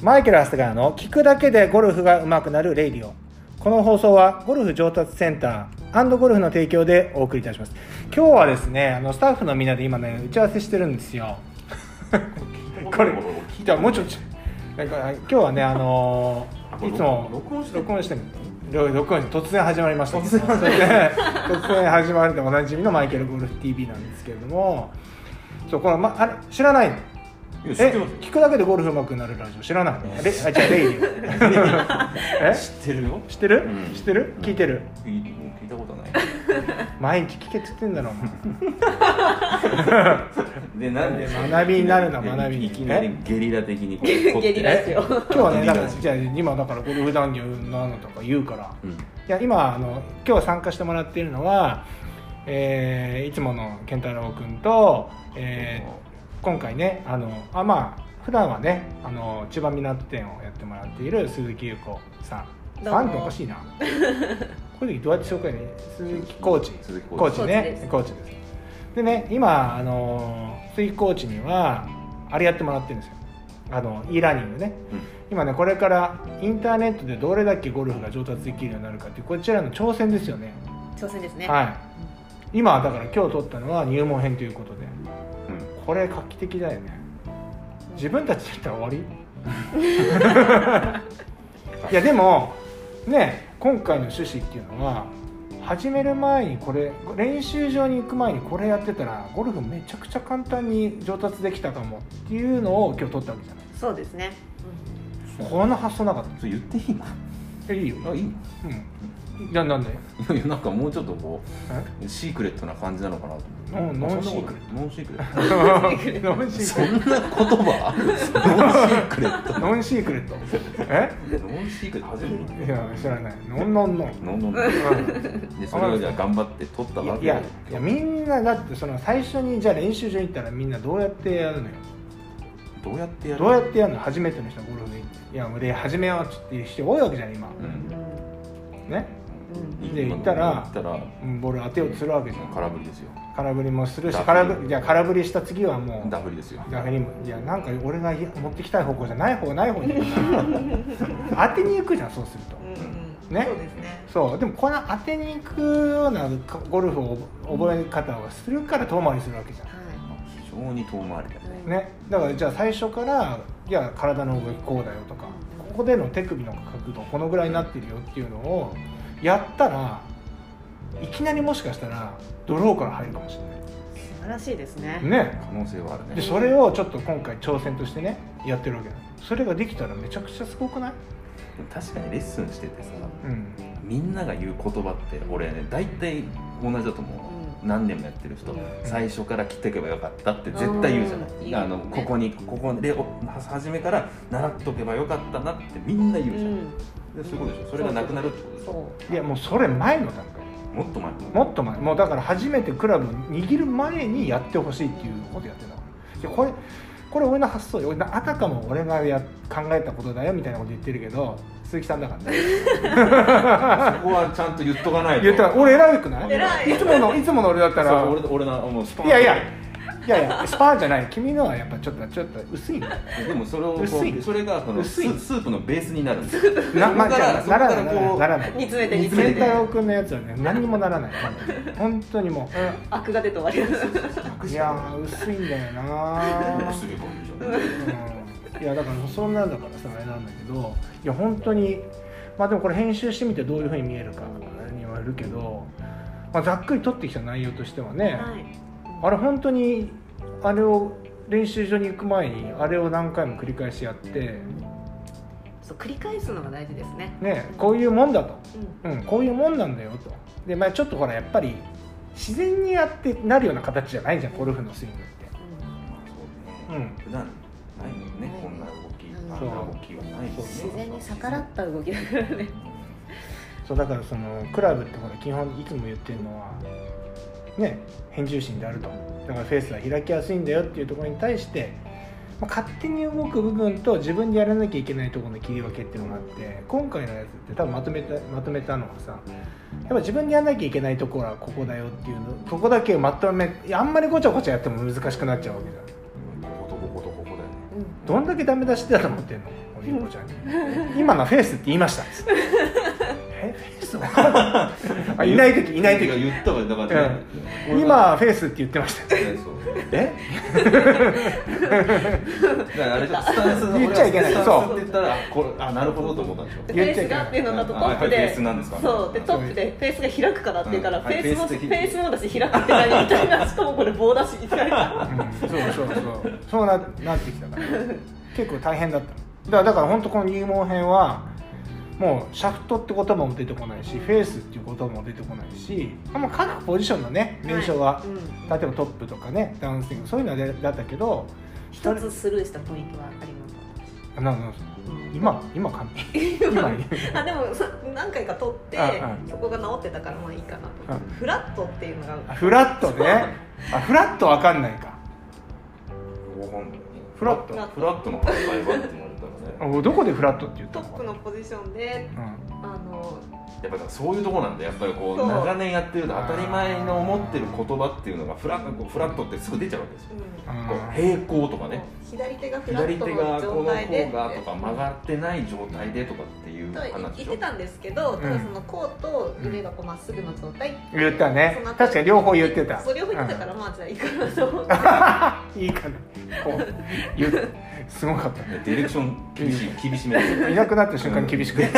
マイケル・アスガーの聞くだけでゴルフが上手くなるレイディオこの放送はゴルフ上達センターゴルフの提供でお送りいたします今日はですねあのスタッフのみんなで今ね打ち合わせしてるんですよ これ聞いたもうちょっとなんか今日はねあのあこー、れいつも録音してる録音してる録音して突然始まりました 突然突然突然始まるでおなじみのマイケルゴルフ TV なんですけれどもそうこの、ま、あれ知らないのいや知っえてます聞くだけでゴルフ上手くなるラジオ知らないのレあじゃあ レイディオえ知ってるよ知ってる、うん知ってる聞いてる聞い聞いたこと ない毎日聞けって言ってんだろお前でなんで学びになるないや学びにいきなりゲリラ的にこう撮っゲてリラえですよ今日はねだからリーダーじゃあ今だからゴルフ談義なのとか言うから、ういんや今あの今日参加してもらっているのは、えーいつもの健太郎君と、えー今回ねあのあまあ普段はねあの千葉港店をやってもらっている鈴木優子さんどうもさんっておかしい なこれどうやって紹介ね鈴木コーチ鈴木ココーーチチコーチねですコーチですでね今あの鈴木コーチにはあれやってもらってるんですよあの e ラーニングね今ねこれからインターネットでどれだけゴルフが上達できるようになるかっていうこちらの挑戦ですよね挑戦ですね、はい今だから今日取ったのは入門編ということでうんこれ画期的だよね自分たちでやったら 終わりいやでもね今回の趣旨っていうのは始める前にこれ練習場に行く前にこれやってたらゴルフめちゃくちゃ簡単に上達できたかもっていうのを今日取ったわけじゃないそうですね、この発想なかったそれ言っていいのえいいよあいい のうんななんでいやいやなんかもうちょっとこえうシークレットな感じなのかなと思ノっンノてンシークレットノンシークレットノンシーそクんレな言葉あるノンシークレッットノンシークレットえトノンシークレット初めていや知らないノンノンノンノンノンでそれをじゃあ頑張って撮ったわいけやいやみんなだってその最初にじゃあ練習場行ったらみんなどうやってやるのよどうやってやるどうやってやるの初めての人ゴルフで行っていや俺始めようっつっていう人多いわけじゃん今うんねうんで行ったら行ったらうんボール当てようとするわけじゃん空振りですよ空振りもするしダフ空振りじゃあ空振りした次はもうダフリですよダフリもいやなんか俺が持ってきたい方向じゃない方ない方に 行くな当てに行くじゃんそうするとうんうんねそうですねそうでもこの当てに行くようなゴルフを覚え方をするから遠回りするわけじゃんは非常に遠回りだよねい、ね、だからじゃあ最初からいや体の動きこうだよとかここでの手首の角度このぐらいになってるよっていうのをやったらいきなりもしかしたらドローから入るかもし素晴らしいですねれないね可能性はあるでねそれをちょっと今回挑戦としてねやってるわけだそれができたらめちゃくちゃすごくない確かにレッスンしててさうんみんなが言う言葉って俺ね大体同じだと思う、何年もやってる人、うん最初から切っていけばよかったって絶対言うじゃない、うん言うあのここにここでお初めから習っとけばよかったなってみんな言うじゃん、でそういうことでしょそれがなくなるってことでしょそいやもうそれ前の段階もっと前もっと前もうだから初めてクラブを握る前にやってほしいっていうことやってたからでこれこれ俺の発想よ俺なあたかも俺がや考えたことだよみたいなこと言ってるけど鈴木さんだからねそこはちゃんと言っとかないと言ったら俺偉くない偉いつものいつもの俺だったらそう俺俺なもうスパンいやいやいやいやスパーじゃない君のはやっぱちょっとちょっと薄 いねでもそれをこ薄いうそれがそのス薄いスープのベースになるんですよなまあそじこからゃあならないそなこかららなこいうならないう煮詰めて煮詰め健て太郎君のやつはね何にもならない本当にもアクが出て終わりですういやー薄いんだよな ーすげえ感じじゃんうんいやだからそんなんだからさあれなんだけどいや本当にまあでもこれ編集してみてどういうふうに見えるかにはよるけど、まあ、ざっくり撮ってきた内容としてはね、あれ本当にあれを練習場に行く前にあれを何回も繰り返しやって、そう繰り返すのが大事ですねね、こういうもんだと、うんうん、こういうもんなんだよとで、まあ、ちょっとほらやっぱり自然にやってなるような形じゃないじゃんゴルフのスイングって。そううねん普段ないもんねこんな動きあんなそう動きはないもんね自然に逆らった動きだからねそうだからそのクラブってほら基本いつも言ってるのはね変重心であるとだからフェースは開きやすいんだよっていうところに対して、まあ勝手に動く部分と自分でやらなきゃいけないところの切り分けっていうのがあって今回のやつって多分まとめたまとめたのはさやっぱ自分でやらなきゃいけないところはここだよっていうのここだけをまとめいやあんまりごちゃごちゃやっても難しくなっちゃうわけじゃんこことこことここだよねうんどんだけダメ出しだと思ってんのりんごちゃんに「今のフェイスって言いました」えフェイスわかんないあいない時いない時が言ったわだからね、俺は今フェイスって言ってましたよねそうえだからあれでしょスタンスの言っちゃいけない俺はスそタンスうって言ったらあこれあなるほどと思ったんでしょでフ言ェっイちゃいけないスがっていうのだとトはいッはプいフェイでスなんですかそうではいトップでフェイスが開くからって言うからうんフはいェイスもフフェイス的にェイスもだし開くって何みたいなしかもこれ棒だしみた いなうんそうそうそうそうななってきたから結構大変だっただからだから本当この入門編はもうシャフトって言葉も出てこないしフェイスっていう言葉も出てこないしもう各ポジションのね名称は、うん例えばトップとかねダウンスイングそういうのはでだったけど一つスルーしたポイントはありますあなな今今か今に あでもそ何回か取ってあはいそこが治ってたからまあいいかなとあフラットっていうのがあフラットねあフラットわかんないかフラットフラットの反対はって思ったあらねおどこでフラットって言ったトのップのポジションでうんあのやっぱだからそういうとこなんだやっぱりこうそう長年やってると当たり前の思ってる言葉っていうのがフラッこうフラットってすぐ出ちゃうわけですよううんこう平行とかんね左手がフラ左ット手がのこの状方態でってがとか曲がってない状態でとかっていうと話で言しっょてたんですけど、んただそのこうと腕がこうまっすぐの状態、言ったねその後確かに両方言ってたそう両方言ってたから、まあじゃあいいかなと思 ってうんいいかなこう言うすごかったねディレクション厳しい厳しめですよいなくなった瞬間に厳しくなっ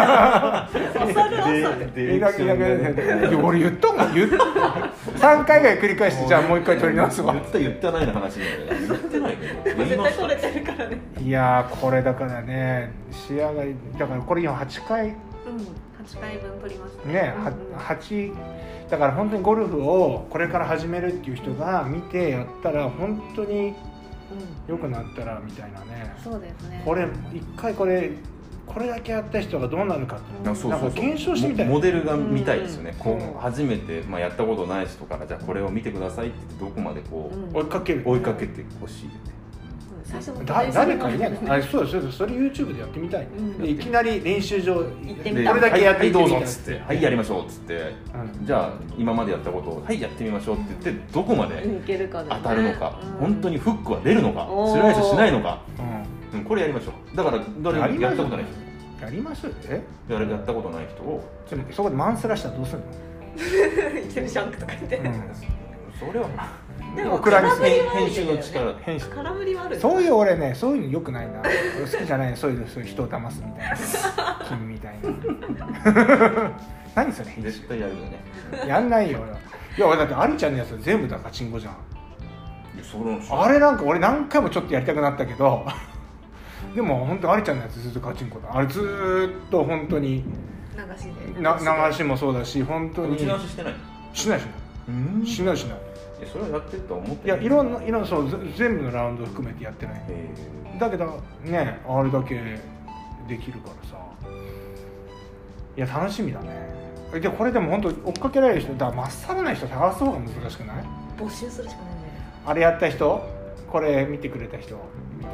刺さる刺さるデいなくいなくなった瞬間にいや俺言ったもん言った3回ぐらい繰り返してじゃあもう一回取り直すわ言った言ってないの話みたいな言ってないけど絶対取れてるからね、いやーこれだからね仕上がりだからこれ今8回うん、8回分取りましたねは8だから本当にゴルフをこれから始めるっていう人が見てやったら本当に良くなったらみたいなねそうですねこれ一回これこれだけやった人がどうなるかってあそうそうそうなんか検証してみたいモモデルが見たいですよね、うんこうんう初めて、まあ、やったことない人からじゃあこれを見てくださいって言ってどこまでこう、うん追いかける追いかけてほしいよね最初のだ誰かいないうんのあれそうですそうですそれ YouTube でやってみたいね、うんでいきなり練習場こってみでたれだけやってはいみたどいうぞっつってはいやりましょうっつってうんじゃあ今までやったことをはいやってみましょうって言ってどこまでいけるかで当ねたるのか、うん本当 にフックは出るのかおスーライスしないのか、ううん、これやりましょうだから誰やもりまやっしょたうことないん人やりましょうよえ誰もやったことない人を、ちょそこでマンスラしたらどうするの、いけるシャンクとか言って、それはでもオクラに空振りはあ編るんだ集よねの力変身空振りはあるそういう俺ねそういうのよくないな俺好きじゃないそういうそういう人を騙すみたいな君みたいな 何それ編絶対やるよね集やんないよ俺はいや俺だってアリちゃんのやつ全部だガチンコじゃんいやそのあれなんか俺何回もちょっとやりたくなったけどでも本当アリちゃんのやつずっとガチンコだあれずーっと本当に流しでな流しもそうだし本当打にち直ししてないしないしうんないしないしないいやそれはやってるとは思っていやいろんなないろんなそうぜ全部のラウンドを含めてやってないえだけどねあれだけできるからさいや楽しみだねでこれでも本当追っかけられる人だからまっさらな人探す方が難しくない募集するしかないんだよねあれやった人これ見てくれた人みたい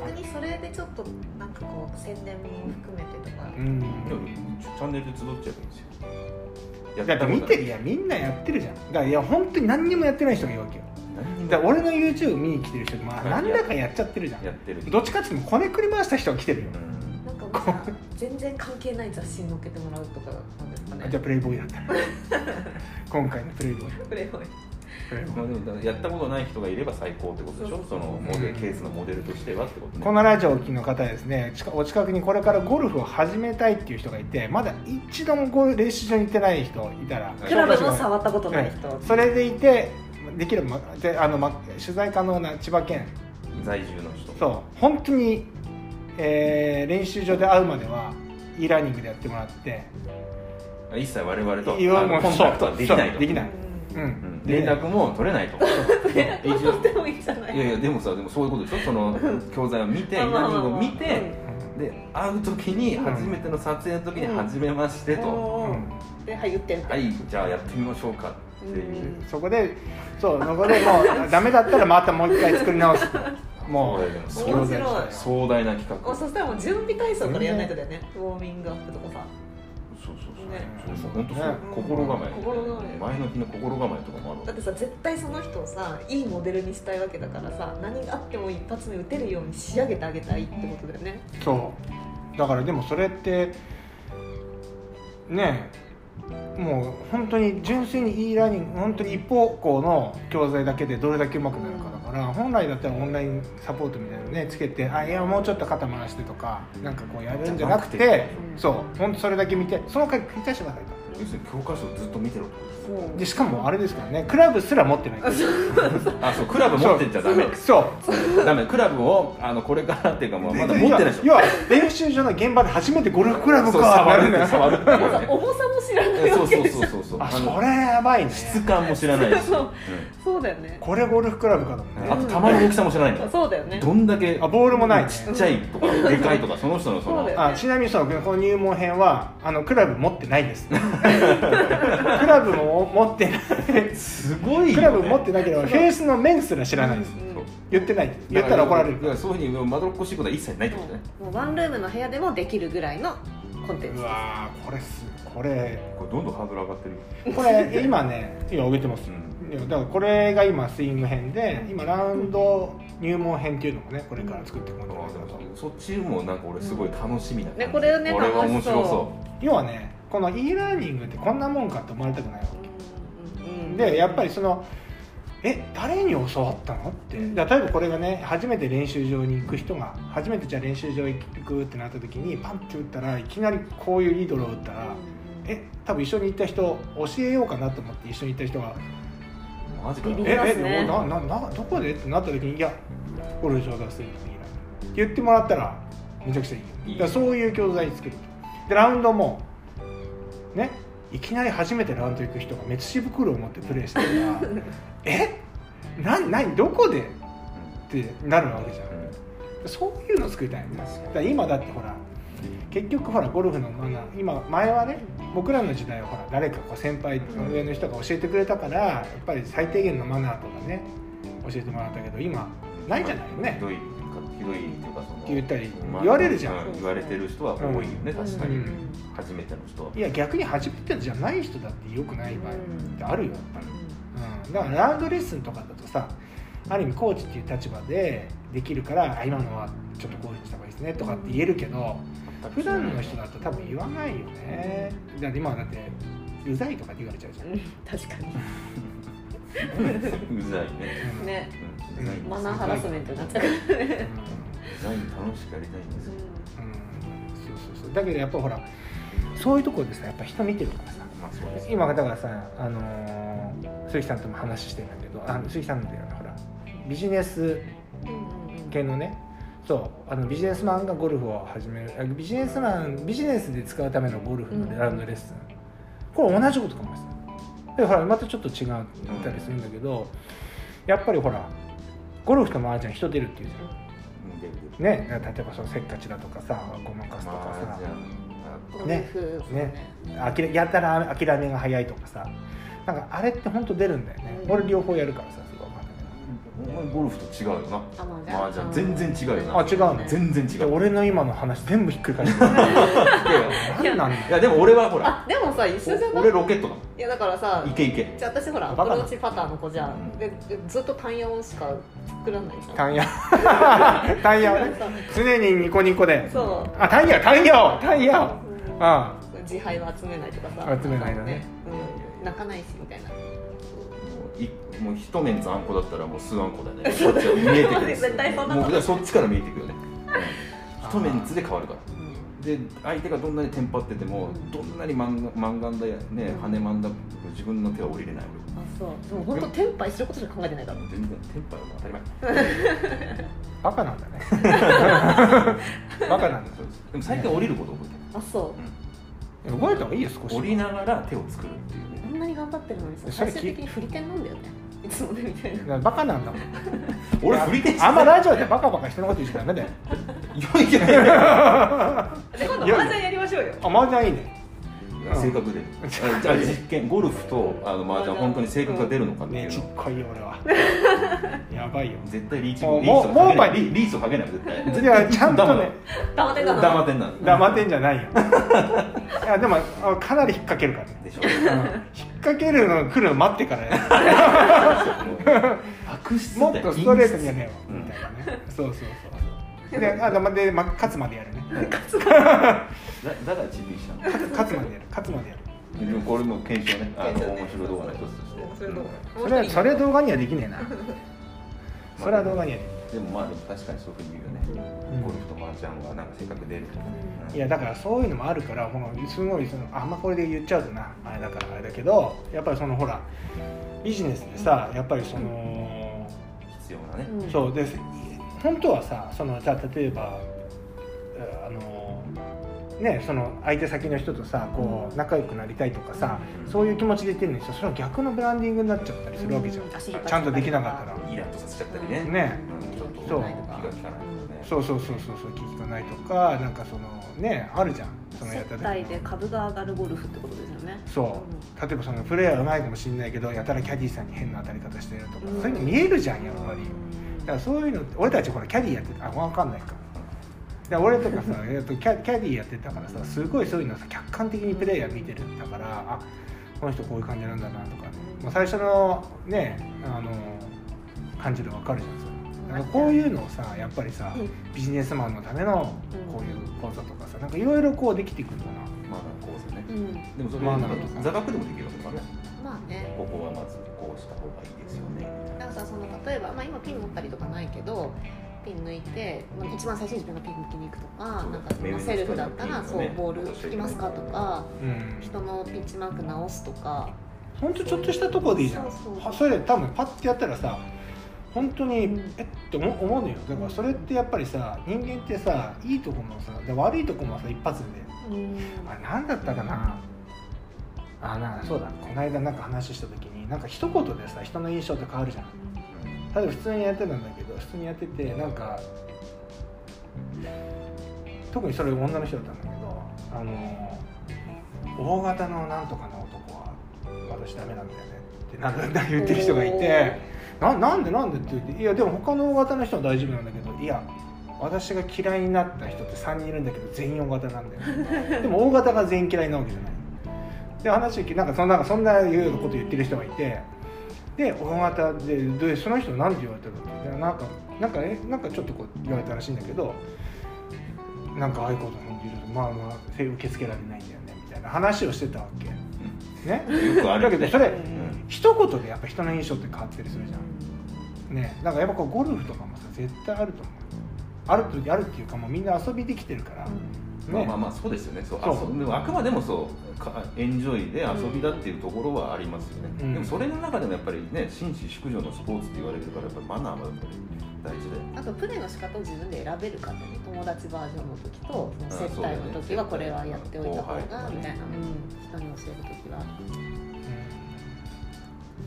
な逆にそれでちょっとなんかこう宣伝も含めてとかう、んーでもチャンネルで集っちゃえばいいんですよだって見てるるやんみんなやってるじゃんだからいや本当に何にもやってない人がいるわけよ何にもだから俺の YouTube 見に来てる人もまあはい何らかやっちゃってるじゃんやってるどっちかっていうとこねくり回した人が来てるようんなんかもうさ全然関係ない雑誌に載っけてもらうとかなんですかねあじゃあプレイボーイだったら 今回のプレイボーイプレイボーイプレイボーイまあでもだからやったことない人がいれば最高ってことでしょそうそのモデルケースのモデルとしてはってことねこのラジオをお聞きの方ですね近お近くにこれからゴルフを始めたいっていう人がいてまだ一度もゴル練習場に行ってない人いたらクラブの触ったことない人、うんそれでいてできればまであの、ま、取材可能な千葉県在住の人そう本当に、えー練習場で会うまでは e ラーニングでやってもらって一切我々といやあのもうコンタクトはそうできないそとうできないうん、うんで連絡も取れないと 連絡取ってもいいじゃないいやいやでもさでもそういうことでしょその教材を見てまあ何まあまあをまあ見てで会う時にうん初めての撮影の時にうん初めましてうんとううんんではい言ってみて、はいじゃあやってみましょうかっていううんそこでそうそこでもうダメだったらまたもう一回作り直すもでもうそう面そ白いう壮大な企お画そしたらもう準備体操からやらないとだよね、ウォーミングアップとかさそうそうそう、ねそう本当そう、心構え心構え前の日の心構えとかもあるわだってさ絶対その人をさいいモデルにしたいわけだからさ何があっても一発目打てるように仕上げてあげたいってことだよねそうだからでもそれってねえもう本当に純粋に e ラーニング本当に一方向の教材だけでどれだけうまくなるかだから本来だったらオンラインサポートみたいなのねつけてあいやもうちょっと肩回してとかなんかこうやるんじゃなくじゃなてくてそう本当それだけ見てその回繰り返してくださいと要するに教科書をずっと見てろってことそうでしかもあれですからねクラブすら持ってないからあそうクラブ持ってんじゃダメそうダメクラブをあのこれからっていうかもうまだい持やってないでしょ要は練習場の現場で初めてゴルフクラブそうか触るんだってよ触るっていうね重さも知 らないそわうそけうでしょそうそうそうああのそれやばいね質感も知らないし、そううそうだよねこれゴルフクラブかだもんんあねと球の大きさも知らないんだよそうだよねどんだけあボールもないねちっちゃいとかでかいとかその人のそそうのだよあちなみにそのこの入門編はあのクラブ持ってないです クラブも持ってないすごいよねクラブ持ってなければフェースの面すら知らないですうんそう言ってない言ったら怒られるだからそういうふうにまどろっこしいことは一切ないってことねもうワンルームの部屋でもできるぐらいのコンテンツうわーこれすこれこれどんどんハードル上がってるよこれ今ね今上げてますいやだからこれが今スイング編で今ラウンド入門編っていうのもねこれから作っていこうと思いますそっちもなんか俺すごい楽しみだねこれねは面楽しそう白そ要はねこの e ラーニングってこんなもんかって思われたくないわうんうんうんでやっぱりそのえ誰に教わったのってうんだから例えばこれがね初めて練習場に行く人が初めてじゃあ練習場行くってなった時にパンって打ったらいきなりこういうリードルを打ったらえ多分一緒に行った人教えようかなと思って一緒に行った人がうマジかビビえりますねえなななどこでってなった時にいやゴルフ上達するのいいなって言ってもらったらめちゃくちゃいいいいだからそういう教材作るでラウンドもねいきなり初めてラウンド行く人がメツシ袋を持ってプレーしてる からえな何どこでってなるわけじゃんそういうの作りたいんですよだから今だってほら結局ほらゴルフのマナー今前はね僕らの時代はほら誰かこう先輩の上の人が教えてくれたからやっぱり最低限のマナーとかね教えてもらったけど今ないじゃないよねひどいかひどいっていうかそのって言ったりまあ言われるじゃんう言われてる人は多いよね確かうにん初めての人はいや逆に初めてじゃない人だってよくない場合ってあるよやっぱり、うん、だからラウンドレッスンとかだとさある意味コーチっていう立場でできるからあ今のはちょっとこういうふうにした方がいいですねとかって言えるけど普段の人だと多分言わないよねだって今はだってうざいとかって言われちゃうじゃん、うん確かうんうざいねうんうざにねいんですマナーハラスメントになっちゃうからうんうざいん楽しくやりたいんですようんそうそうそうだけどやっぱほらそういうところでさやっぱ人見てるからさまあそうです今だからさ、あのー鈴木さんとも話してるんだけどあの鈴木さんのほらビジネス系のねそうあのビジネスマンがゴルフを始めるあビジネスマンビジネスで使うためのゴルフうのんラウンドレッスン、これ同じことかもしれないでほらまたちょっと違ったりするんだけど、やっぱりほらゴルフとマージャン人出るっていうじうんででゃんねだから例えばそのせっかちだとかさごまかすとまかあさじゃあゴルフねあきらやたら諦めが早いとかさなんかあれって本当出るんだよね、うん俺両方やるからさすごい分かんないけどお前ゴルフと違うよなあままあじゃあ全然違うよなあ違うの全然違でう俺の今の話全部ひっくり返 してるい何なんだよやでも俺はほらあでもさ一緒じゃおない俺ロケットだもんいやだからさいけいけじゃあ私ほらアプバロカなーチパターの子じゃんででずっと単ンしか作らないじゃんタン ヤタンヤをね常にニコニコでそうあタンヤタンヤをタンヤをうんあ自敗は集めないとかさ集めないのねうん泣かないしみたいなもういもう一面つあんこだったらもう数あんこだよねこっちは見えてくるんですよ絶対そんなこともうだからそっちから見えてくるよね、うん一面つで変わるからで相手がどんなにテンパっててもどんなにマンガマンガンだやね羽マンだ自分の手は降りれないあそうでも本当テンパイすることしか考えてないだろ俺全然テンパはもう当たり前バカなんだね バカなんだそうですでも最近降りることを覚えてるあそ動いた方がいいよ少し降りながら手を作るっていううねあんなに頑張ってるのにさそれ最聞終的に振り手なんだよねいつもねみたいなだからバカなんだもん俺振り手あんまラジオでバカバカ人のこと言っちゃダメだよいやいやいやで今度いや麻雀やりましょうよあマージャンいいね性格であじゃあ実験ゴルフとあの麻雀本当に性格が出るのかっていねうちっのこいよ俺はやばいよ絶対リーチもうリーチをかけないもうリリーチをかけない絶対いやちゃんとね黙ってたな黙ってんな黙ってんじゃないよいやでもあかなり引っ掛けるからねでしょうん引っ掛けるの来るの待ってからやる悪質もっだよとストレートにやれようんみたいなねそうそうそうであでまでま勝つまでやるね だだからチビにしたの勝つ勝つまでやる勝つまでやるでもこれも検証ねあの面白い動画の一つとして面白い動画それはそれは動画にはできねえなうん それは動画にはででもまあでも確かにそういうふうに言うよね、うんゴルフとマージャンはなんか性格出るとか、きいやだからそういうのもあるからこのすごいそのあんまこれで言っちゃうとなあれだからあれだけどやっぱりそのほらビジネスでさやっぱりその必要なね、うんそうで本当はさそのじゃあ例えばえーあのねその相手先の人とさこう仲良くなりたいとかさうんそういう気持ちで言ってるのにさそれは逆のブランディングになっちゃったりするわけじゃんうん足引っ張っちゃったりとかちゃんとできなかったらイラッとさせちゃったりね、ねうん、ちょっと気そうが利かないとかねそうそうそうそうそう気がないとかなんかそのねあるじゃんそのやった接時待で株が上がるゴルフってことですよねそう例えばそのプレーヤーはうまいかもしれないけどやたらキャディーさんに変な当たり方してるとか、うんそういうの見えるじゃんやっぱりうんだからそういうのって俺たちほらキャディーやっててあ分かんないかで俺とか さえっとキャキャディーやってたからさすごいそういうのさ客観的にプレーヤー見てるんだからあこの人こういう感じなんだなとかね、まあ、最初のねあの感じで分かるじゃんそれだからこういうのをさやっぱりさ、うんビジネスマンのためのこういう講座とかさなんかいろいろこうできていくんだなまあなんかこうですねうんでもそれまあななんんかか座学でもできるわけだからねまあねここはまずこうした方がいいですよねなんかさその例えば、まあ、今ピン持ったりとかないけどピン抜いて、まあ、一番最初に自分がピン抜きに行くとかそうなんかそのセルフだったら、目上の人そにうはボールピンをね引きますかとかうん人のピッチマーク直すとかほんとちょっとしたとこでいいじゃんそうそうはそれ多分パッてやったらさ本当に、うんえって思思うのよだからそれってやっぱりさ人間ってさいいとこもさで悪いとこもさ一発でうんあれ何だったかなあなそうだこの間なんか話した時になんか一言でさ人の印象って変わるじゃん例えば普通にやってたんだけど普通にやっててなんか特にそれ女の人だったんだけどあの大型のなんとかの男は私ダメなんだよねってなんか言ってる人がいてななんでなんでって言っていやでも他の大型の人は大丈夫なんだけどいや私が嫌いになった人って3人いるんだけど全員大型なんだよ、ね、でも大型が全員嫌いなわけじゃないで話を聞いてなんかそんななんかそんないうこと言ってる人がいてで大型ででその人何て言われたのってなんかなんかえなんかちょっとこう言われたらしいんだけどなんかああいうことに言うとまあまあ受け付けられないんだよねみたいな話をしてたわけねうんよくあるだけよどねそれうん一言でやっぱ人の印象って変わったりするじゃんねだからやっぱこうゴルフとかもさ絶対あると思うある時あるっていうかもうみんな遊びできてるから、まあねまあまあそうですよねそうそうあそうでもあくまでもそうかエンジョイで遊びだっていうところはありますよね、うんでもそれの中でもやっぱりね紳士淑女のスポーツって言われるからやっぱりマナーはやっぱり大事であとプレーの仕方を自分で選べるかってね友達バージョンの時とんその接待のそう時はだねこれはやっておいた方後輩がとかねみたいな、うん人に教える時は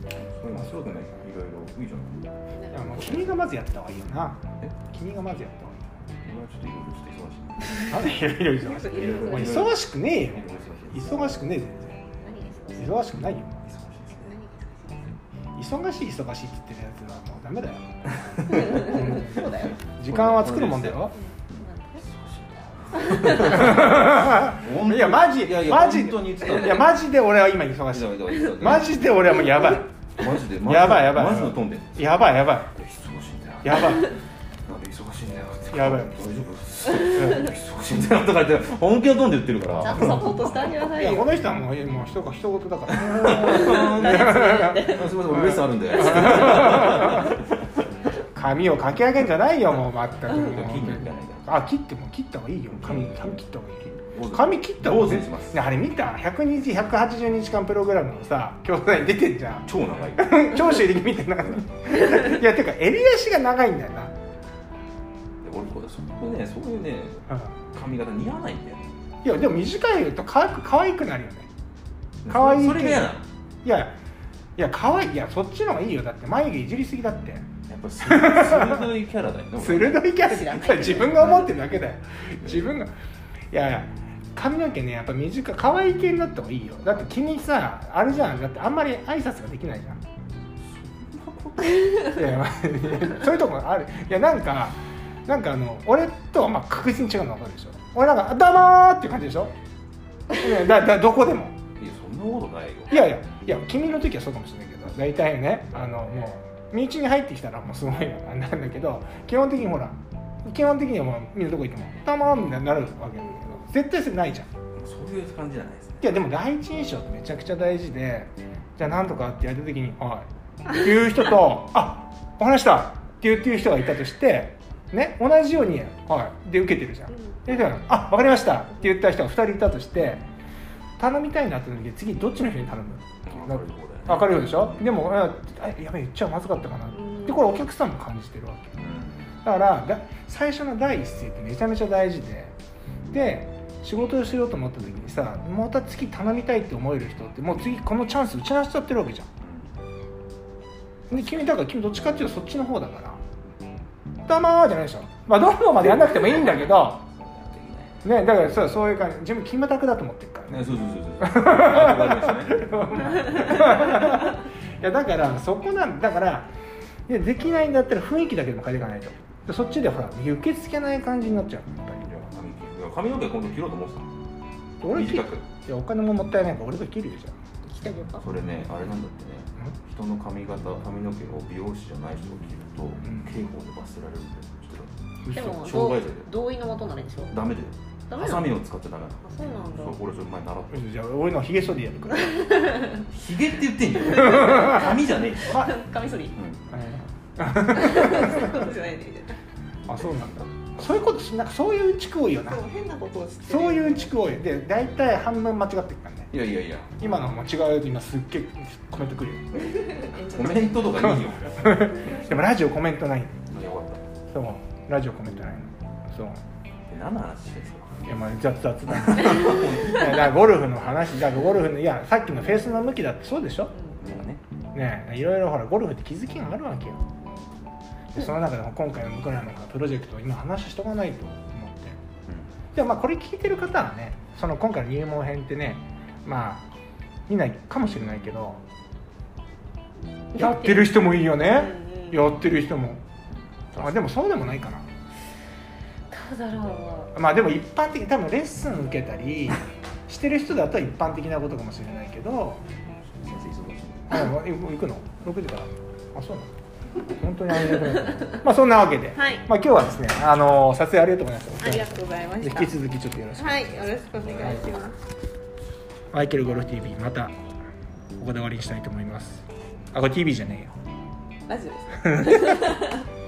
それ面白くないいろいろいいじゃないうんいやもう君がまずやった方がいいよなえ君がまずやった方がいい今ちょっといろいろちょっとな忙しいんでいろいろ忙しいいろいろお前忙しくねえよ忙忙しいしくねえ何が忙しい全然忙しくないよ忙しい忙しい忙です何が忙しいしいって言ってるやつはもうダメ だよそうだよ。時間は作るもんだよいやマジいやいやマジ本当に言ってたいやマジで俺は今忙しいマジで俺はもうやばいマジでやばいやばいマジの飛んでやばいやばい忙しいんだよやばいなんで忙しいんだよってやばい大丈夫忙しいんだよとか言って本気の飛んで言ってるかちゃらんとサポートしてあげなさいいやこよ。の人はもうもう人が人事だからあ すみません俺レッスンあるんで 髪をかき上げんじゃないよもう 全く切んなきゃいけないあ切っても切った方がいいよ髪髪切った方がいい坊主髪切った方がい坊主にしますいねあれ見た100日180日間プログラムのさ教材に出てんじゃん 超長い長州力みたいないやてか襟足が長いんだよな、俺これそこねそういうねう髪型似合わないんだよん、いやでも短いと可愛く可愛くなるよね可愛い系それが嫌なのいやいや可愛いいやそっちの方がいいよだって眉毛いじりすぎだってやっぱ鋭鋭いキャラだよね俺鋭いキャラ知らないだ 自分が思ってるだけだよ自分がいやいや髪の毛ねやっぱ短い可愛い系になった方がいいよだって君さあれじゃんだってあんまり挨拶ができないじゃんいやいやそういうとこあるいやなんかなんかあの俺とはまあ確実に違うの分かるでしょ俺なんか「どうもー」っていう感じでしょねだだどこでもいやそんなことないよいやいやいや君の時はそうかもしれないけど大体ねあのもう身内に入ってきたらもうすごいのなんだけど基本的にほら基本的にはもうみんなどこ行っても「たまーん」みたいになるわけだけど絶対それないじゃんいそういう感じじゃないですねやでも第一印象ってめちゃくちゃ大事でじゃあ何とかってやった時に「はい」っていう人と「あお話した」っていうっていう人がいたとしてね同じように「はい」で受けてるじゃんでだからあ分かりました」って言った人が2人いたとして頼みたいなって時次どっちの人に頼む分かるとこ分だよかねるようでしょでもあやべえ言っちゃまずかったかなうんでこれお客さんも感じてるわけうんだからだ最初の第一声ってめちゃめちゃ大事でで仕事をしようと思った時にさまた次頼みたいって思える人ってもう次このチャンス打ち出しちゃってるわけじゃんで君だから君どっちかっていうとそっちの方だから「どうもー」じゃないでしょまあどうもまでやんなくてもいいんだけどねだからそうそういう感じ自分キムタクだと思ってるからねねそうそうそうそうわかりましたね いやだからそこなんだからいやできないんだったら雰囲気だけでも変えていかないとでそっちでほら受け付けない感じになっちゃうやっぱりいや髪の毛今度切ろうと思って俺切たる短くいやお金ももったいないから俺が切るよじゃん来てるかそれねあれなんだってね人の髪型髪の毛を美容師じゃない人が切ると、ん刑法で罰せられるんだよ知ってる嘘でも障害者で同意のもとならいいでしょダメだよダメハなサのミを使っちゃダメなあのそうなんだそう俺それ前習っ嘘じゃあ俺のヒゲ剃りやる から、たヒゲって言ってんじ ゃん髪じゃねえし、カミソリそうじゃないねみたいあそうなんだそういうことしなんかそういう地区多いよななそう変なことをしてるそういう地区多いで大体半分間違ってるからねうん、いやいやいや今のも違う今すっげえコメントくるよ炎上コメント とかいいよでもラジオコメントないよかったそうラジオコメントないのそうえ何の話してんすかいやまあ雑雑だ いやだからゴルフの話だからゴルフのいやさっきのフェースの向きだってそうでしょなんかねねえいろいろほらゴルフって気づきがあるわけよでその中でも今回の僕らのプロジェクトを今話しとかないと思ってでもまあこれ聞いてる方はねその今回の入門編ってねまあ見ないかもしれないけどやってる人もいいよね、うんうんやってる人もあでもそうでもないかなどうだろまあでも一般的に多分レッスン受けたりしてる人だと一般的なことかもしれないけどうん先生忙しいあもう行くの6時からあそうなの本当にありがたいまあそんなわけで、うはいまあ今日はですねあの撮影ありがとうございましたありがとうございまでし引たき続きちょっとよろしく、はいよろしくお願いしますマイケルゴルフ TV またここで終わりにしたいと思いますあこれ TV じゃねえよラジオです